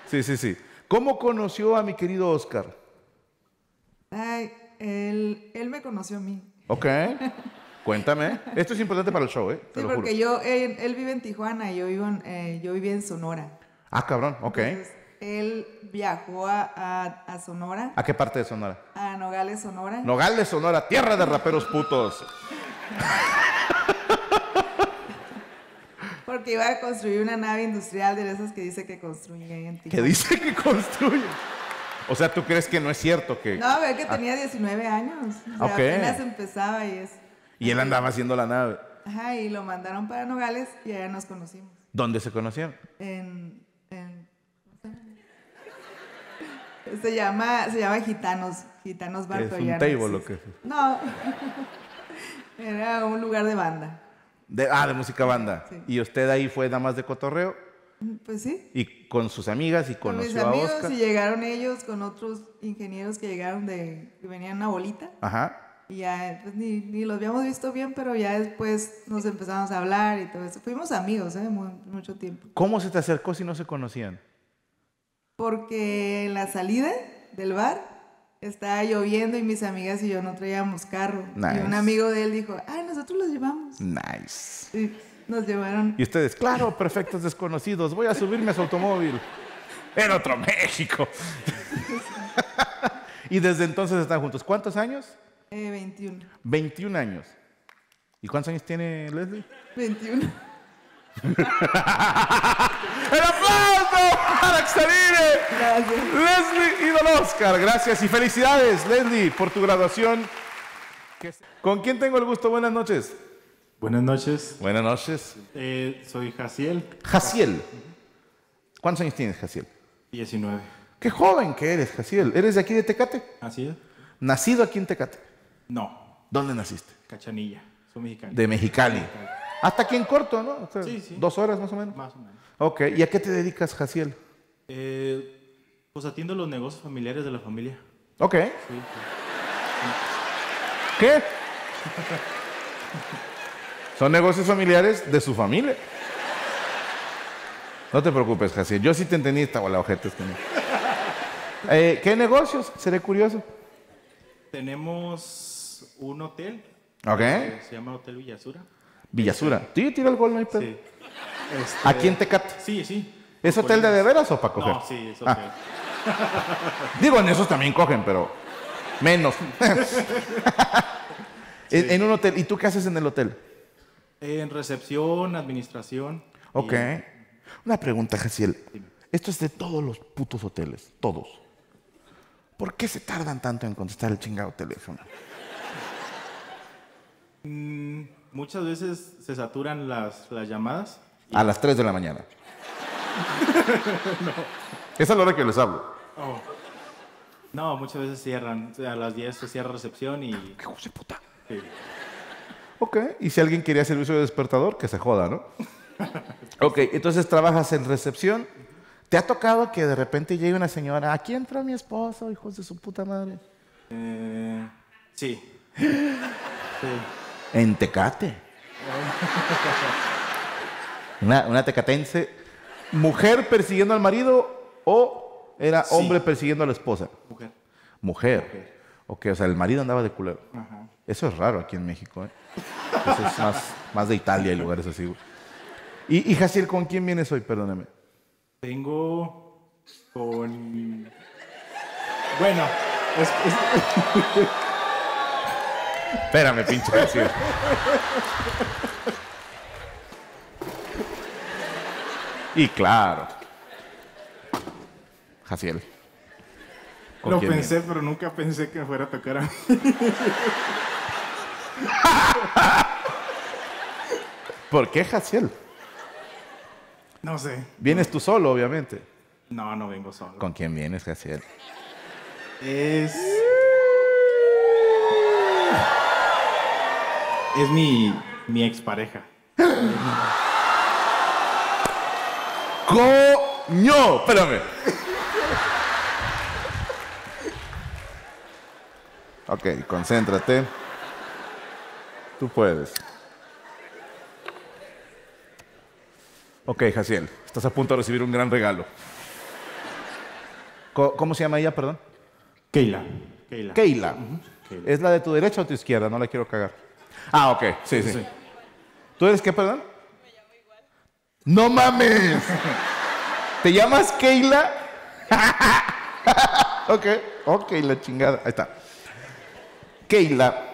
[SPEAKER 1] sí, sí, sí. ¿Cómo conoció a mi querido Oscar?
[SPEAKER 11] Ay, él, él me conoció a mí.
[SPEAKER 1] ¿Ok? Cuéntame. Esto es importante para el show, ¿eh? Te
[SPEAKER 11] Sí,
[SPEAKER 1] lo juro.
[SPEAKER 11] porque yo, él, él vive en Tijuana y yo, vivo en, eh, yo vivía en Sonora.
[SPEAKER 1] Ah, cabrón, ok.
[SPEAKER 11] Él viajó a, a, a Sonora,
[SPEAKER 1] ¿A qué parte de Sonora?
[SPEAKER 11] a Nogales, Sonora.
[SPEAKER 1] Nogales, Sonora, tierra de raperos putos.
[SPEAKER 11] Porque iba a construir una nave industrial de esas que dice que construyen ahí en Tijuana.
[SPEAKER 1] Que dice que construye. O sea, ¿tú crees que no es cierto que...?
[SPEAKER 11] No, ve que
[SPEAKER 1] Ah,
[SPEAKER 11] tenía 19 años. O sea,
[SPEAKER 1] Ok.
[SPEAKER 11] apenas empezaba y es.
[SPEAKER 1] Ah, y él andaba haciendo la nave.
[SPEAKER 11] Ajá, y lo mandaron para Nogales y allá nos conocimos.
[SPEAKER 1] ¿Dónde se conocieron?
[SPEAKER 11] En. en- se llama, se llama Gitanos, Gitanos Bar.
[SPEAKER 1] ¿Es
[SPEAKER 11] pero
[SPEAKER 1] un
[SPEAKER 11] ya no
[SPEAKER 1] table o
[SPEAKER 11] existe.
[SPEAKER 1] qué?
[SPEAKER 11] No, era un lugar de banda.
[SPEAKER 1] De- ah, de música banda. Y usted ahí fue nada más de cotorreo
[SPEAKER 11] Pues sí,
[SPEAKER 1] y con sus amigas y
[SPEAKER 11] con mis
[SPEAKER 1] conoció a
[SPEAKER 11] amigos
[SPEAKER 1] Oscar.
[SPEAKER 11] y llegaron ellos con otros ingenieros que llegaron de, que venían una bolita.
[SPEAKER 1] Ajá.
[SPEAKER 11] Y ya, pues ni, ni los habíamos visto bien, pero ya después nos empezamos a hablar y todo eso. Fuimos amigos, ¿eh? Mu- mucho tiempo.
[SPEAKER 1] ¿Cómo se te acercó si no se conocían?
[SPEAKER 11] Porque en la salida del bar estaba lloviendo y mis amigas y yo no traíamos carro. Y un
[SPEAKER 1] Nice.
[SPEAKER 11] amigo de él dijo, ay, nosotros los llevamos.
[SPEAKER 1] Nice.
[SPEAKER 11] Y nos llevaron.
[SPEAKER 1] Y ustedes, claro, perfectos desconocidos, voy a subirme a su automóvil. En otro México.
[SPEAKER 11] pues,
[SPEAKER 1] y desde entonces están juntos. ¿Cuántos años?
[SPEAKER 11] Eh, 21.
[SPEAKER 1] 21 años. ¿Y cuántos años tiene Leslie?
[SPEAKER 11] 21.
[SPEAKER 1] ¡El aplauso para Xavier! Leslie y Don Oscar, gracias y felicidades, Leslie, por tu graduación. ¿Con quién tengo el gusto? Buenas noches.
[SPEAKER 12] Buenas noches.
[SPEAKER 1] Buenas noches.
[SPEAKER 12] Eh, soy Jaciel,
[SPEAKER 1] Jaciel. ¿Cuántos años tienes, Jaciel?
[SPEAKER 12] 19.
[SPEAKER 1] Qué joven que eres, Jaciel. ¿Eres de aquí de Tecate?
[SPEAKER 12] Así es.
[SPEAKER 1] ¿Nacido aquí en Tecate?
[SPEAKER 12] No,
[SPEAKER 1] ¿Dónde naciste?
[SPEAKER 12] Cachanilla. Soy mexicano.
[SPEAKER 1] De Mexicali. Hasta aquí en corto, ¿no? O sea, Dos horas más o menos.
[SPEAKER 12] Más o menos.
[SPEAKER 1] Ok, ¿y a qué te dedicas, Jaciel?
[SPEAKER 12] Eh, pues atiendo los negocios familiares de la familia.
[SPEAKER 1] Ok.
[SPEAKER 12] Sí, sí.
[SPEAKER 1] ¿Qué? Son negocios familiares de su familia. No te preocupes, Jaciel. Yo sí te entendí esta bola de ojetes que no. Eh, ¿Qué negocios? Seré curioso.
[SPEAKER 12] Tenemos un hotel.
[SPEAKER 1] Ok.
[SPEAKER 12] que se llama Hotel Villasura.
[SPEAKER 1] Villasura. Sí, tira el gol, no hay pedo.
[SPEAKER 12] Este-
[SPEAKER 1] ¿Aquí en Tecate?
[SPEAKER 12] Sí, sí.
[SPEAKER 1] ¿Es hotel de de veras o para coger?
[SPEAKER 12] No, sí, es hotel.
[SPEAKER 1] Ah. Digo, en esos también cogen, pero menos. en, en un hotel. ¿Y tú qué haces en el hotel?
[SPEAKER 12] En recepción, administración.
[SPEAKER 1] Ok. Una pregunta, Jaciel. Esto es de todos los putos hoteles, todos. ¿Por qué se tardan tanto en contestar el chingado teléfono?
[SPEAKER 12] Mm, muchas veces se saturan las, las llamadas.
[SPEAKER 1] A las 3 de la mañana. Esa es la hora que les hablo.
[SPEAKER 12] Oh. No, muchas veces cierran. A las 10 se cierra recepción y. ¡Qué
[SPEAKER 1] puta! Ok, y si alguien quería servicio de despertador, que se joda, ¿no? ok, entonces trabajas en recepción. ¿Te ha tocado que de repente llegue una señora, aquí entró mi esposo, hijos de su puta madre?
[SPEAKER 12] Eh, sí.
[SPEAKER 1] En Tecate. Una, una tecatense. ¿Mujer persiguiendo al marido o era
[SPEAKER 12] Sí.
[SPEAKER 1] hombre persiguiendo a la esposa?
[SPEAKER 12] Mujer.
[SPEAKER 1] Mujer. Ok, o sea, el marido andaba de culero.
[SPEAKER 12] Ajá.
[SPEAKER 1] Eso es raro aquí en México, ¿eh? Eso es más, más de Italia y lugares así, güey. Y, y Jaciel, ¿con quién vienes hoy? Perdóname.
[SPEAKER 12] Tengo con... Bueno, es- es-
[SPEAKER 1] Espérame, pinche Jaciel. Y claro. Jaciel. ¿con
[SPEAKER 12] lo
[SPEAKER 1] quién
[SPEAKER 12] pensé, pero nunca pensé que me fuera a tocar a mí.
[SPEAKER 1] vienes? ¿Por qué Jaciel?
[SPEAKER 12] No sé.
[SPEAKER 1] Vienes tú solo, obviamente.
[SPEAKER 12] No, no vengo solo.
[SPEAKER 1] ¿Con quién vienes, Jaciel?
[SPEAKER 12] Es. Es mi, mi expareja.
[SPEAKER 1] ¡Coño! Espérame. Ok, concéntrate. Tú puedes. Ok, Jaciel, estás a punto de recibir un gran regalo. Co- ¿Cómo se llama ella, perdón?
[SPEAKER 12] Keila. Keila.
[SPEAKER 1] Keila.
[SPEAKER 12] Keila.
[SPEAKER 1] ¿Es la de tu derecha o tu izquierda? No la quiero cagar. Ah, ok, sí, sí.
[SPEAKER 12] Sí.
[SPEAKER 1] ¿Tú eres qué, perdón? Me llamo igual. ¡No mames! ¿Te llamas Keila? ok, ok, la chingada. Ahí está. Keila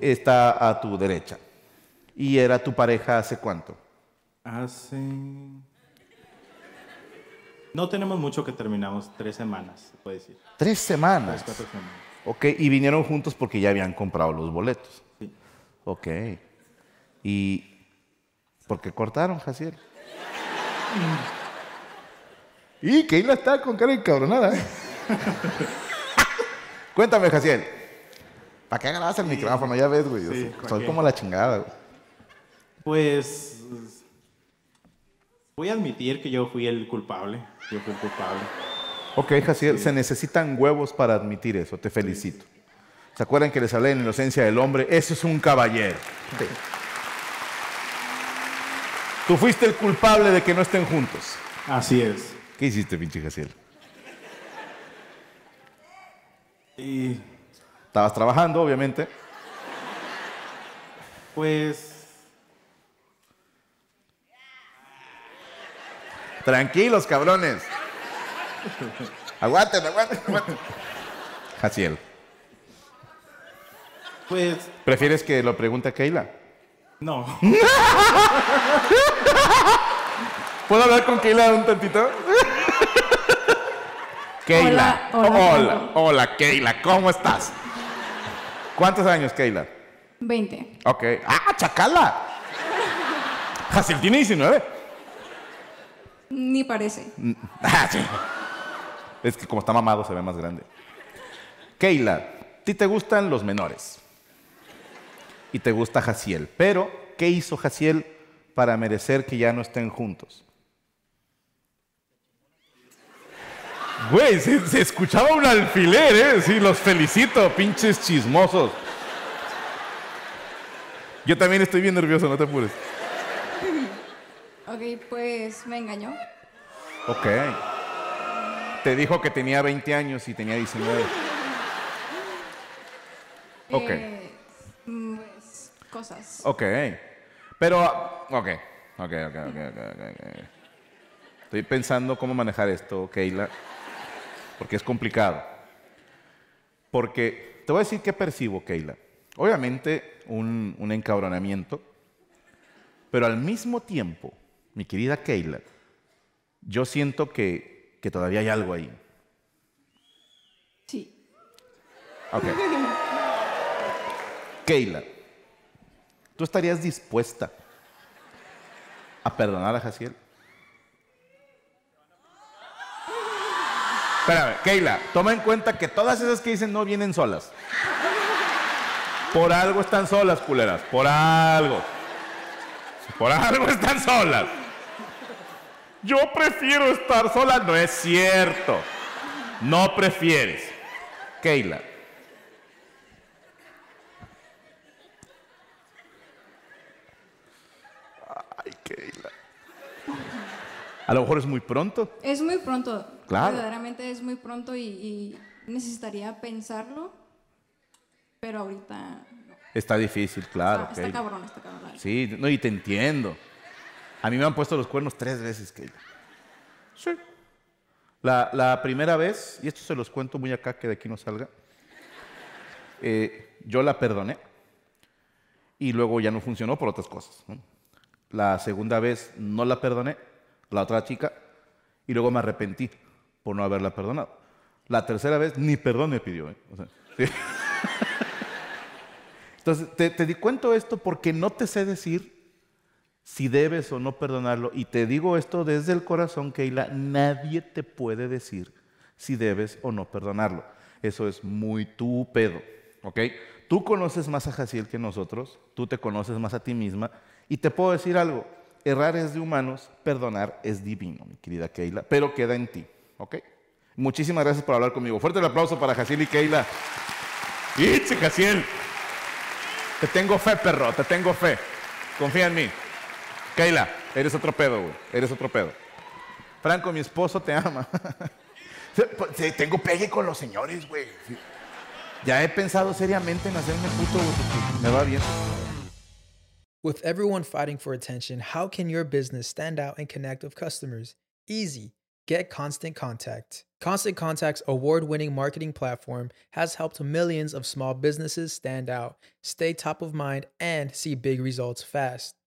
[SPEAKER 1] está a tu derecha. ¿Y era tu pareja hace cuánto?
[SPEAKER 12] Hace. No tenemos mucho que terminamos, tres semanas, se puede decir.
[SPEAKER 1] Tres
[SPEAKER 12] Tres,
[SPEAKER 1] semanas.
[SPEAKER 12] cuatro semanas.
[SPEAKER 1] Ok, y vinieron juntos porque ya habían comprado los boletos.
[SPEAKER 12] Sí.
[SPEAKER 1] Ok. ¿Y por qué cortaron, Jaciel? y Keila está con cara encabronada. ¿eh? Cuéntame, Jaciel. ¿Para qué agarras el micrófono? Ya ves, güey. yo
[SPEAKER 12] Sí,
[SPEAKER 1] soy-
[SPEAKER 12] ¿para
[SPEAKER 1] soy
[SPEAKER 12] qué?
[SPEAKER 1] como la chingada, güey.
[SPEAKER 12] Pues. Voy a admitir que yo fui el culpable. Yo fui el culpable.
[SPEAKER 1] Ok, Jaciel, se necesitan huevos para admitir eso. Te felicito. ¿Se acuerdan que les hablé en Inocencia del Hombre? Eso es un caballero. Tú fuiste el culpable de que no estén juntos.
[SPEAKER 12] Así es.
[SPEAKER 1] ¿Qué hiciste, pinche Jaciel?
[SPEAKER 12] Y
[SPEAKER 1] Estabas trabajando, obviamente.
[SPEAKER 12] pues.
[SPEAKER 1] Tranquilos, cabrones. Aguanten, aguanten, aguanten. Jaciel,
[SPEAKER 12] Pues.
[SPEAKER 1] ¿prefieres que lo pregunte a Keila?
[SPEAKER 12] No.
[SPEAKER 1] ¿Puedo hablar con Keila un tantito? Keila.
[SPEAKER 4] Hola, hola,
[SPEAKER 1] hola, hola, Keila, ¿cómo estás? ¿Cuántos años, Keila?
[SPEAKER 4] 20.
[SPEAKER 1] Ok. ¡Ah, chacala! Jaciel tiene 19.
[SPEAKER 4] Ni parece.
[SPEAKER 1] Mm, ah, sí. Es que como está mamado se ve más grande. Keila, a ti te gustan los menores. Y te gusta Jaciel. Pero, ¿qué hizo Jaciel para merecer que ya no estén juntos? Güey, se, se escuchaba un alfiler, ¿eh? Sí, los felicito, pinches chismosos. Yo también estoy bien nervioso, no te apures.
[SPEAKER 4] Ok, pues me engañó.
[SPEAKER 1] Ok. Te dijo que tenía 20 años y tenía 19. Ok.
[SPEAKER 4] Eh, mm, pues, cosas.
[SPEAKER 1] Ok. Pero, ah, ok. Ok, ok, ok, ok, ok, ok. Estoy pensando cómo manejar esto, Keila. Porque es complicado. Porque te voy a decir qué percibo, Keila. Obviamente, un, un encabronamiento. Pero al mismo tiempo, mi querida Keila, yo siento que, que todavía hay algo ahí.
[SPEAKER 4] Sí.
[SPEAKER 1] Ok. Keila, ¿tú estarías dispuesta a perdonar a Jaciel? Espérame, Keila, toma en cuenta que todas esas que dicen no vienen solas. Por algo están solas, culeras. Por algo. Por algo están solas. Yo prefiero estar sola. No es cierto. No prefieres. Keila. Ay, Keila. A lo mejor es muy pronto.
[SPEAKER 4] Es muy pronto.
[SPEAKER 1] Claro.
[SPEAKER 4] Verdaderamente es muy pronto y, y necesitaría pensarlo, pero ahorita no.
[SPEAKER 1] Está difícil, claro.
[SPEAKER 4] Está- está
[SPEAKER 1] Keila.
[SPEAKER 4] cabrón, está cabrón.
[SPEAKER 1] Sí, no, y te entiendo. A mí me han puesto los cuernos tres veces, Keila. Sí. La, la primera vez, y esto se los cuento muy acá que de aquí no salga, eh, yo la perdoné y luego ya no funcionó por otras cosas. ¿no? La segunda vez no la perdoné, la otra chica, y luego me arrepentí por no haberla perdonado. La tercera vez ni perdón me pidió. ¿eh? O sea, sí. Entonces, te, te di cuento esto porque no te sé decir si debes o no perdonarlo. Y te digo esto desde el corazón, Keila, nadie te puede decir si debes o no perdonarlo. Eso es muy tu pedo, ¿ok? Tú conoces más a Jaciel que nosotros, tú te conoces más a ti misma, y te puedo decir algo, errar es de humanos, perdonar es divino, mi querida Keila, pero queda en ti, ¿ok? Muchísimas gracias por hablar conmigo. Fuerte el aplauso para Jaciel y Keila. ¡Itche, Jaciel! Te tengo fe, perro, te tengo fe. Confía en mí. Keila, eres otro pedo, güey. Eres otro pedo. Franco, mi esposo te ama. Sí, Tengo pegue con los señores, güey. Sí. Ya he pensado seriamente en hacerme puto, güey. porque Me va bien.
[SPEAKER 13] With everyone fighting for attention, how can your business stand out and connect with customers? Easy. Get Constant Contact. Constant Contact's award winning marketing platform has helped millions of small businesses stand out, stay top of mind, and see big results fast.